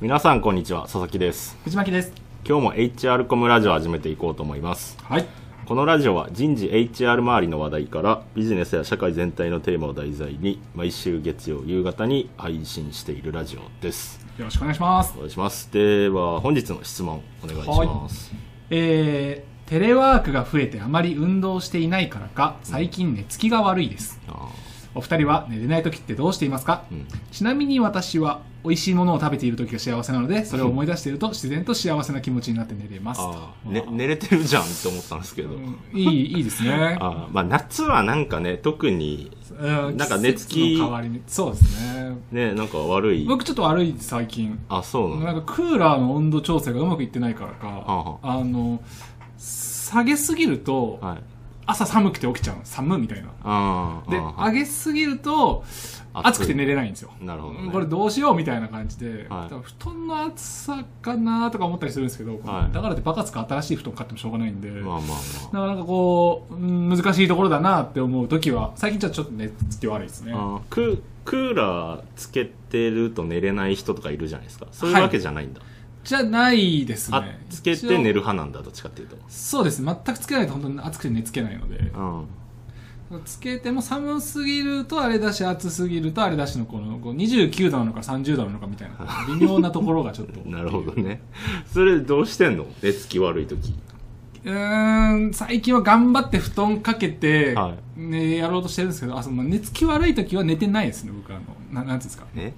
皆さんこんにちは佐々木です藤巻です。今日も HR コムラジオ始めていこうと思いますはい。このラジオは人事 HR 周りの話題からビジネスや社会全体のテーマを題材に毎週月曜夕方に配信しているラジオですよろしくお願いしますお。願いしますでは本日の質問お願いします、えー、テレワークが増えてあまり運動していないからか、最近寝つきが悪いです。あお二人は寝れない時ってどうしていますか、ーうんちなみに私は美味しいものを食べている時が幸せなので、それを思い出していると自然と幸せな気持ちになって寝れますと。あー、ね、寝れてるじゃんって思ったんですけど、いい、いいですね。あーまあ、夏はなんかね特にうなんか寝つき季節の代わりに。そうですね。ねなんか悪い僕ちょっと悪いです最近。あそうなんだなんかクーラーの温度調整がうまくいってないからかは、あの、下げすぎると、はい朝寒くて起きちゃうの寒みたいなあーであー上げすぎると暑くて寝れないんですよなるほど、ね、これどうしようみたいな感じで、はい多分布団の厚さかなとか思ったりするんですけど、はいだからってバカつく新しい布団買ってもしょうがないんで、まあまあなかなかこううん難しいところだなって思う時は最近じゃちょっと寝つき悪いですねまああーククーラーつけてると寝れない人とかいるじゃないですかそういうわけじゃないんだ、じゃないですあねつけて寝るる派なんだどっちかっていうとそうです全くつけないと本当に暑くて寝つけないので、うんつけても寒すぎるとあれだし暑すぎるとあれだしのこのこう29度なのか30度なのかみたいな微妙なところがちょっとなるほどね それどうしてんの寝つき悪い時うーん最近は頑張って布団かけて、はね、やろうとしてるんですけどあその寝つき悪い時は寝てないですね僕あのななんていうんですかえ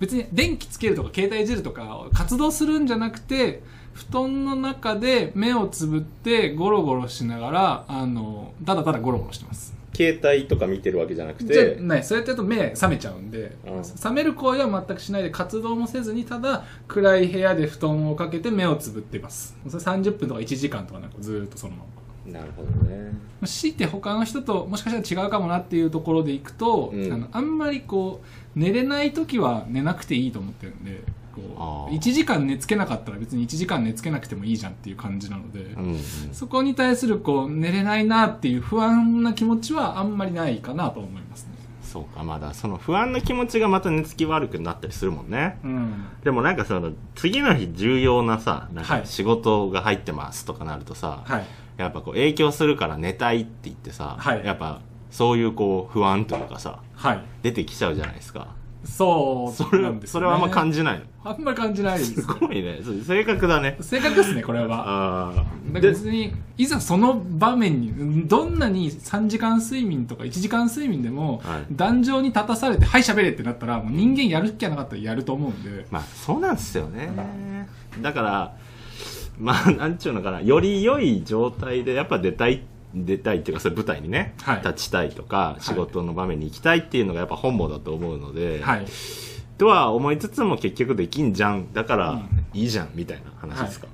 別に電気つけるとか携帯いじるとか活動するんじゃなくて布団の中で目をつぶってゴロゴロしながらあのただただゴロゴロしてます携帯とか見てるわけじゃなくじゃてないそうやってると目覚めちゃうんで、うん覚める行為は全くしないで活動もせずにただ暗い部屋で布団をかけて目をつぶってますそれ30分とか1時間とかなんかずーっとそのままなるほどね強いて他の人ともしかしたら違うかもなっていうところでいくと、うんあのあんまりこう寝れない時は寝なくていいと思ってるんでこあうー1時間寝つけなかったら別に1時間寝つけなくてもいいじゃんっていう感じなので、うん、うん、そこに対するこう寝れないなっていう不安な気持ちはあんまりないかなと思いますね。そうかまだその不安な気持ちがまた寝つき悪くなったりするもんねうんでもなんかその次の日重要なさなんはかい仕事が入ってますとかなるとさ、はい、やっぱこう影響するから寝たいって言ってさ、はいやっぱそういうこう不安というかさはい、出てきちゃうじゃないですかそうそれ,、なんです、ね、それはあんま感じじないのあんまり感じないですすごいねそう正確だね正確ですねこれあはだあからで別にいざその場面にうんどんなに3時間睡眠とか1時間睡眠でも、はい壇上に立たされて「はい喋れ」ってなったらもう人間やるっきゃなかったらやると思うんでまあそうなんですよねだからまあなんちゅうのかなより良い状態でやっぱ出たい出たいっていうかそれ舞台にね、はい立ちたいとかい仕事の場面に行きたいっていうのがやっぱ本望だと思うので、はいとは思いつつも結局できんじゃんだからうんいいじゃんみたいな話ですか、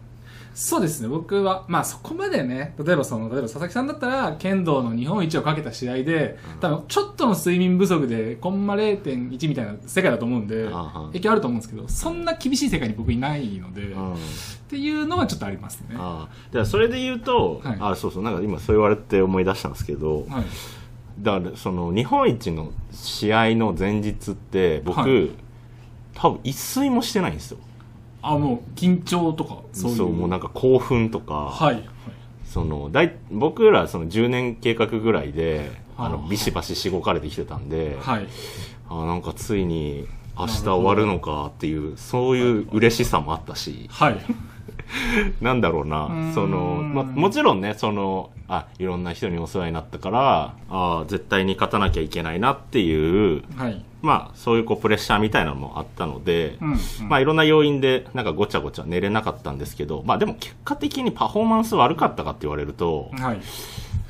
そうですね僕はまあそこまでね例えばその例えば佐々木さんだったら剣道の日本一をかけた試合で、うん多分ちょっとの睡眠不足でコンマ0.1みたいな世界だと思うんで、あは影響あると思うんですけどそんな厳しい世界に僕いないので、っうんていうのはちょっとありますね。はああじゃあそれで言うと、はいあそうそうなんか今そう言われて思い出したんですけどい、だからその日本一の試合の前日って僕、はい多分一睡もしてないんですよあもう緊張とかそそうういうもうなんか興奮とか、はいはいそのだい僕らその10年計画ぐらいで、はあいのビシバシしごかれてきてたんで、はいあなんかついに明日終わるのかっていうそういう嬉しさもあったしはいなんだろううなーんその、ま、もちろんねそのあいろんな人にお世話になったからあ絶対に勝たなきゃいけないなっていうはい、まあそういうこうプレッシャーみたいなのもあったので、うんまあいろんな要因でなんかごちゃごちゃ寝れなかったんですけどまあでも結果的にパフォーマンス悪かったかって言われると、はい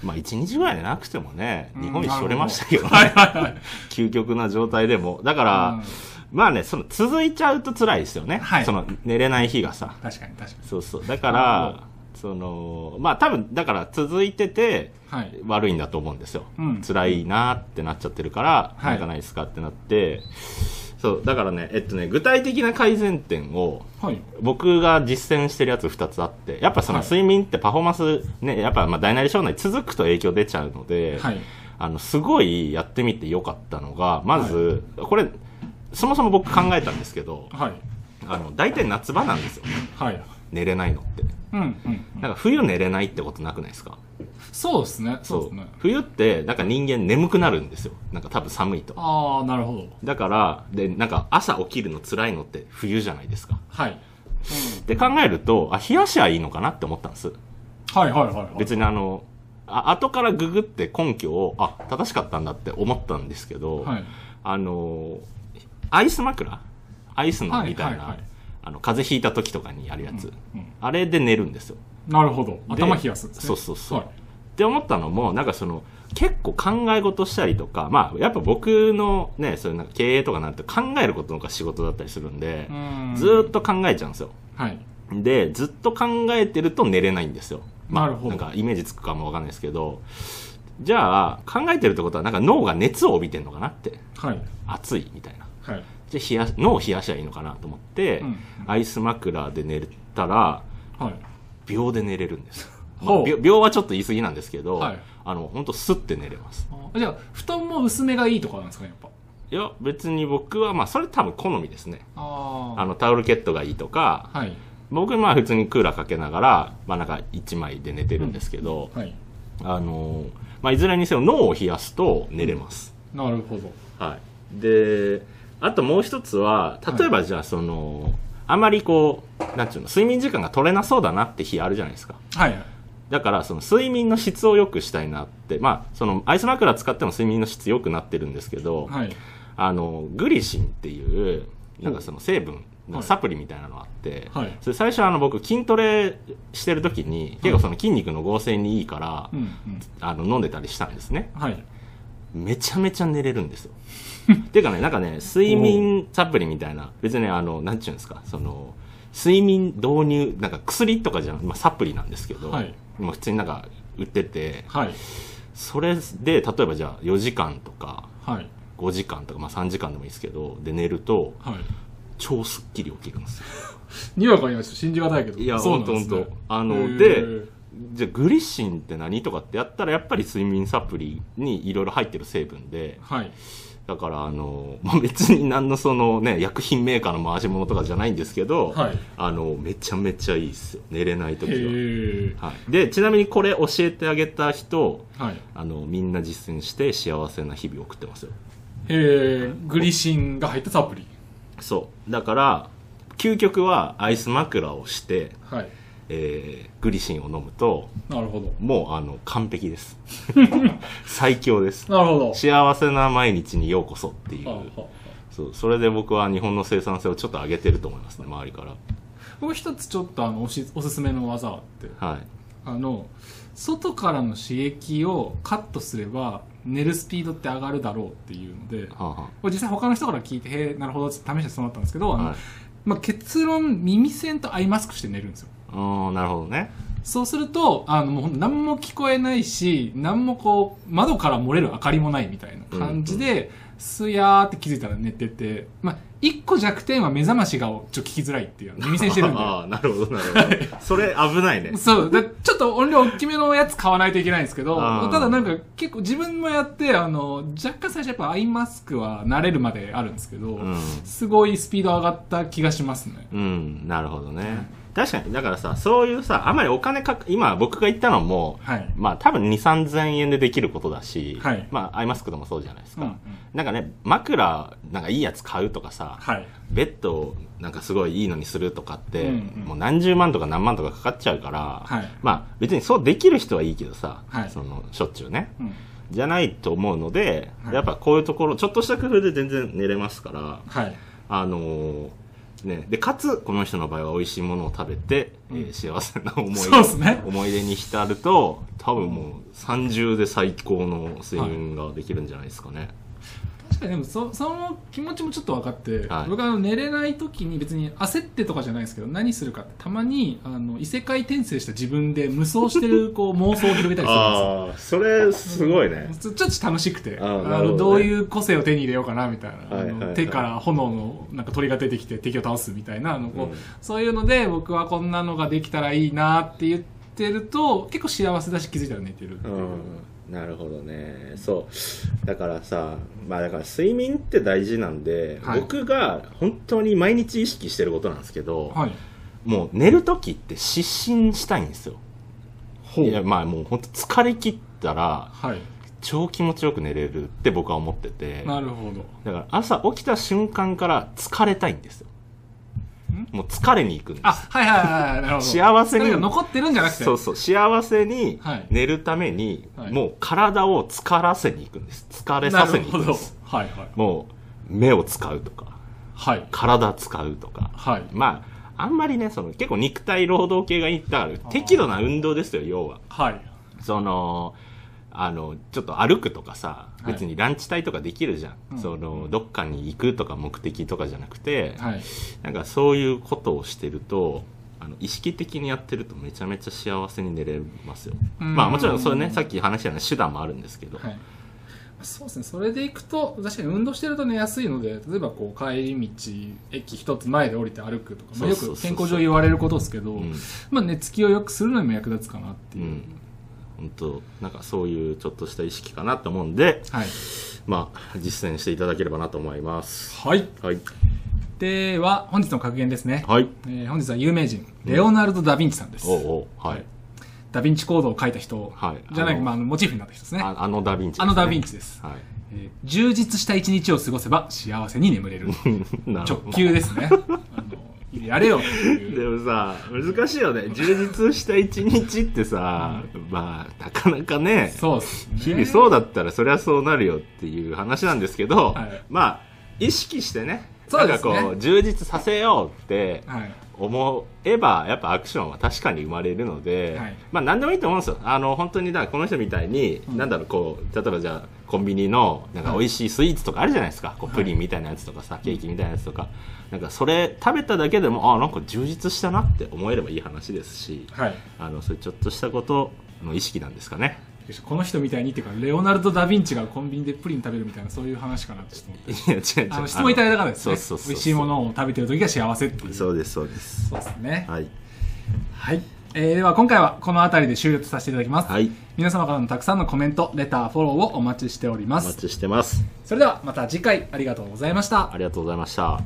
まあ1日ぐらいでなくてもね日本一うん取れましたけど、はいはいはい究極な状態でもだから、うんま あねその続いちゃうと辛いですよね、はいその寝れない日がさ確かに確かそうそうだかなるほらそのまあ多分だから続いててにはい悪いんだと思うんですよ、うん辛いなってなっちゃってるから、はいなんかないですかってなってそうだからねえっとね具体的な改善点をはい僕が実践してるやつ2つあってやっぱそのはい睡眠ってパフォーマンスねやっぱまあ大なり小なり続くと影響出ちゃうので、はいあのすごいやってみてよかったのがまず、これそもそも僕考えたんですけどはいあの大体夏場なんですよはい寝れないのってうんうんなんか冬寝れないってことなくないですかそうですねそうですね冬ってなんか人間眠くなるんですよなんか多分寒いとああなるほどだからでなんか朝起きるの辛いのって冬じゃないですかはい、で考えるとあ冷やしゃいいのかなって思ったんですはいはいはいはい別にあのあ後からググって根拠をあ正しかったんだって思ったんですけど、はいあのアイス枕アイスのみたいな、はいはいはいあの風邪ひいた時とかにやるやつ、うんうんあれで寝るんですよなるほどで頭冷やすんです、ね、そうそうそう、はいって思ったのもなんかその結構考え事したりとかまあやっぱ僕のねそういうなんか経営とかなんて考えることの方が仕事だったりするんで、うんずーっと考えちゃうんですよはいでずっと考えてると寝れないんですよ、まあなるほどんかイメージつくかもわかんないですけどじゃあ考えてるってことはなんか脳が熱を帯びてんのかなってはい暑いみたいなはいじゃあ冷やし脳を冷やしゃいいのかなと思って、うんアイス枕で寝たらはい秒で寝れるんです、まほあ、う秒秒はちょっと言い過ぎなんですけど、はいあの本当スッて寝れますあじゃあ布団も薄めがいいとかなんですかねやっいや別に僕はまあそれ多分好みですねぱああのタオルケットがいいとかはい僕まあ普通にクーラーかけながらまあなんか1枚で寝てるんですけど、はいあのーまあ、いずれにせよ脳を冷やすと寝れます、なるほどはい、であともう一つは例えばじゃあその、あまりこうなんていうの睡眠時間が取れなそうだなって日あるじゃないですかはいはいだからその睡眠の質を良くしたいなってまあそのアイス枕使っても睡眠の質良くなってるんですけど、はいあのグリシンっていうなんかその成分はのいサプリみたいなのあって、はいそれ最初あの僕筋トレしてる時に結構その筋肉の合成にいいから、うんうんあの飲んでたりしたんですねはいめちゃめちゃ寝れるんですよ ていうかねなんかね睡眠サプリみたいな別にねあのなんていうんですかその睡眠導入なんか薬とかじゃなくまあ、サプリなんですけど、はいもう普通になんか売っててはいそれで例えばじゃあ4時間とかはい5時間とか、まあ、3時間でもいいですけどで寝るとはい超すっきり起きるんですよにわかにはちょっと信じがたいけどいやそうなんです、ね、ほんとほんとあのへーでじゃあグリシンって何とかってやったらやっぱり睡眠サプリにいろいろ入ってる成分ではいだからあの、 まあ、別に何のそのね薬品メーカーの回し物とかじゃないんですけど、はいあのめちゃめちゃいいですよ寝れない時は、へえはい、でちなみにこれ教えてあげた人はいあのみんな実践して幸せな日々を送ってますよへえグリシンが入ったサプリそうだから究極はアイス枕をして、はいえーグリシンを飲むとなるほどもうあの完璧です 最強ですなるほど幸せな毎日にようこそっていはあはうあはあそうそれで僕は日本の生産性をちょっと上げてると思いますね周りから僕一つちょっとあのおしおすすめの技があってはいあの外からの刺激をカットすれば寝るスピードって上がるだろうっていうのではあ、はこれ実際他の人から聞いてへえなるほどって試してそうなったんですけど、あ、あのはい、まあ、結論耳栓とアイマスクして寝るんですようーんなるほどねそうするとあのもうほんと何も聞こえないし何もこう窓から漏れる明かりもないみたいな感じで、すやーって気づいたら寝てて、まあ、一個弱点は目覚ましがちょっと聞きづらいっていう耳栓してるんで ああなるほどなるほどそれ危ないねそう。だちょっと音量大きめのやつ買わないといけないんですけど、あーただなんか結構自分もやって、あの、若干最初やっぱアイマスクは慣れるまであるんですけど、うんすごいスピード上がった気がしますね。うんなるほどね確かにだからさそういうさあまりお金かか今僕が言ったのもはい。まあ多分2 3 0 0 0円でできることだし、はいまあアイマスクでもそうじゃないですか、うんうんなんかね枕なんかいいやつ買うとかさはい。ベッドをなんかすごいいいのにするとかって、うんうんもう何十万とか何万とかかかっちゃうから、はいまあ別にそうできる人はいいけどさ、はいそのしょっちゅうねうんじゃないと思うので、はいやっぱこういうところちょっとした工夫で全然寝れますからはい。あのーね、でかつこの人の場合は美味しいものを食べて、えー幸せな思いそうですね思い出に浸ると多分もう30で最高の睡眠ができるんじゃないですかね、確かにでもそ、その気持ちもちょっと分かって、はい僕はあの寝れない時に別に焦ってとかじゃないですけど、何するかって、たまに、あの、異世界転生した自分で無双し てる、こう、妄想を広げたりするんですよ。ああそれすごいね、ちょちょっと楽しくてああーなるほどねのどういう個性を手に入れようかなみたいな、はいはいあはいの手から炎のなんか鳥が出てきて敵を倒すみたいなあのこう、うんそういうので僕はこんなのができたらいいなって言ってると結構幸せだし気づいたら寝てるっていう、うんなるほどねそうだからさまあだから睡眠って大事なんで、はい僕が本当に毎日意識してることなんですけど、はいもう寝る時って失神したいんですよほいやまあもう本当疲れ切ったらはい超気持ちよく寝れるって僕は思っててなるほどだから朝起きた瞬間から疲れたいんですよんもう疲れに行くんですあはいはいはいはいなるほど幸せになんか残ってるんじゃなくてそうそう幸せにはい寝るために、はいもう体を疲らせに行くんです疲れさなせるに行ほくんどですはいはいもう目を使うとかはい体使うとかはいまああんまりねその結構肉体労働系がいいだから適度な運動ですよ要ははいそのあのちょっと歩くとかさはい別にランチ帯とかできるじゃん、うんそのどっかに行くとか目的とかじゃなくて、はいなんかそういうことをしてるとあの意識的にやってるとめちゃめちゃ幸せに寝れますようんまあもちろんそれねさっき話したような手段もあるんですけど、はいそうですねそれでいくと確かに運動してると寝やすいので例えばこう帰り道駅一つ前で降りて歩くとか、まあ、よそうそうそうくそう健康上言われることですけど、うんまあ、寝つきを良くするのにも役立つかなってういう、ん本当なんかそういうちょっとした意識かなと思うんではい、まあ実践していただければなと思いますはい、はいでは本日の格言ですね、はいえー本日は有名人レオナルド・ダ・ヴィンチさんです、おうおうはい、ダ・ヴィンチコードを書いた人、はいじゃないあのまあ、あのモチーフになった人ですねああのダ・ヴィンチですね、あのダ・ヴィンチです、 はえー充実した一日を過ごせば幸せに眠れるい なる直ほど球です ねあのやれよっていうでもさ難しいよね充実した一日ってさまあなかなかねそうですね日々そうだったらそりゃそうなるよっていう話なんですけど、はいまあ意識してねそうなでんすかねこう充実させようってはい思えばやっぱアクションは確かに生まれるので、はいまあ何でもいいと思うんですよあの本当にだからこの人みたいに、うんなんだろうこう例えばじゃあコンビニのなんか美味しいスイーツとかあるじゃないですか、こうはいプリンみたいなやつとかさケーキみたいなやつとかなんかそれ食べただけでもあなんか充実したなって思えればいい話ですしはいあのそういうちょっとしたことの意識なんですかね。 この人みたいにっていうかレオナルド・ダ・ヴィンチがコンビニでプリン食べるみたいなそういう話かなってちょっと思 っていや違う違うあの質問いただいたからですねそうそうそうそう美味しいものを食べてる時が幸せっていうそうですそうですそうですねはいはい、えーでは今回はこの辺りで終了とさせていただきます、はい皆様からのたくさんのコメントレターフォローをお待ちしておりまお待すちしてますそれではまた次回ありがとうございましたありがとうございました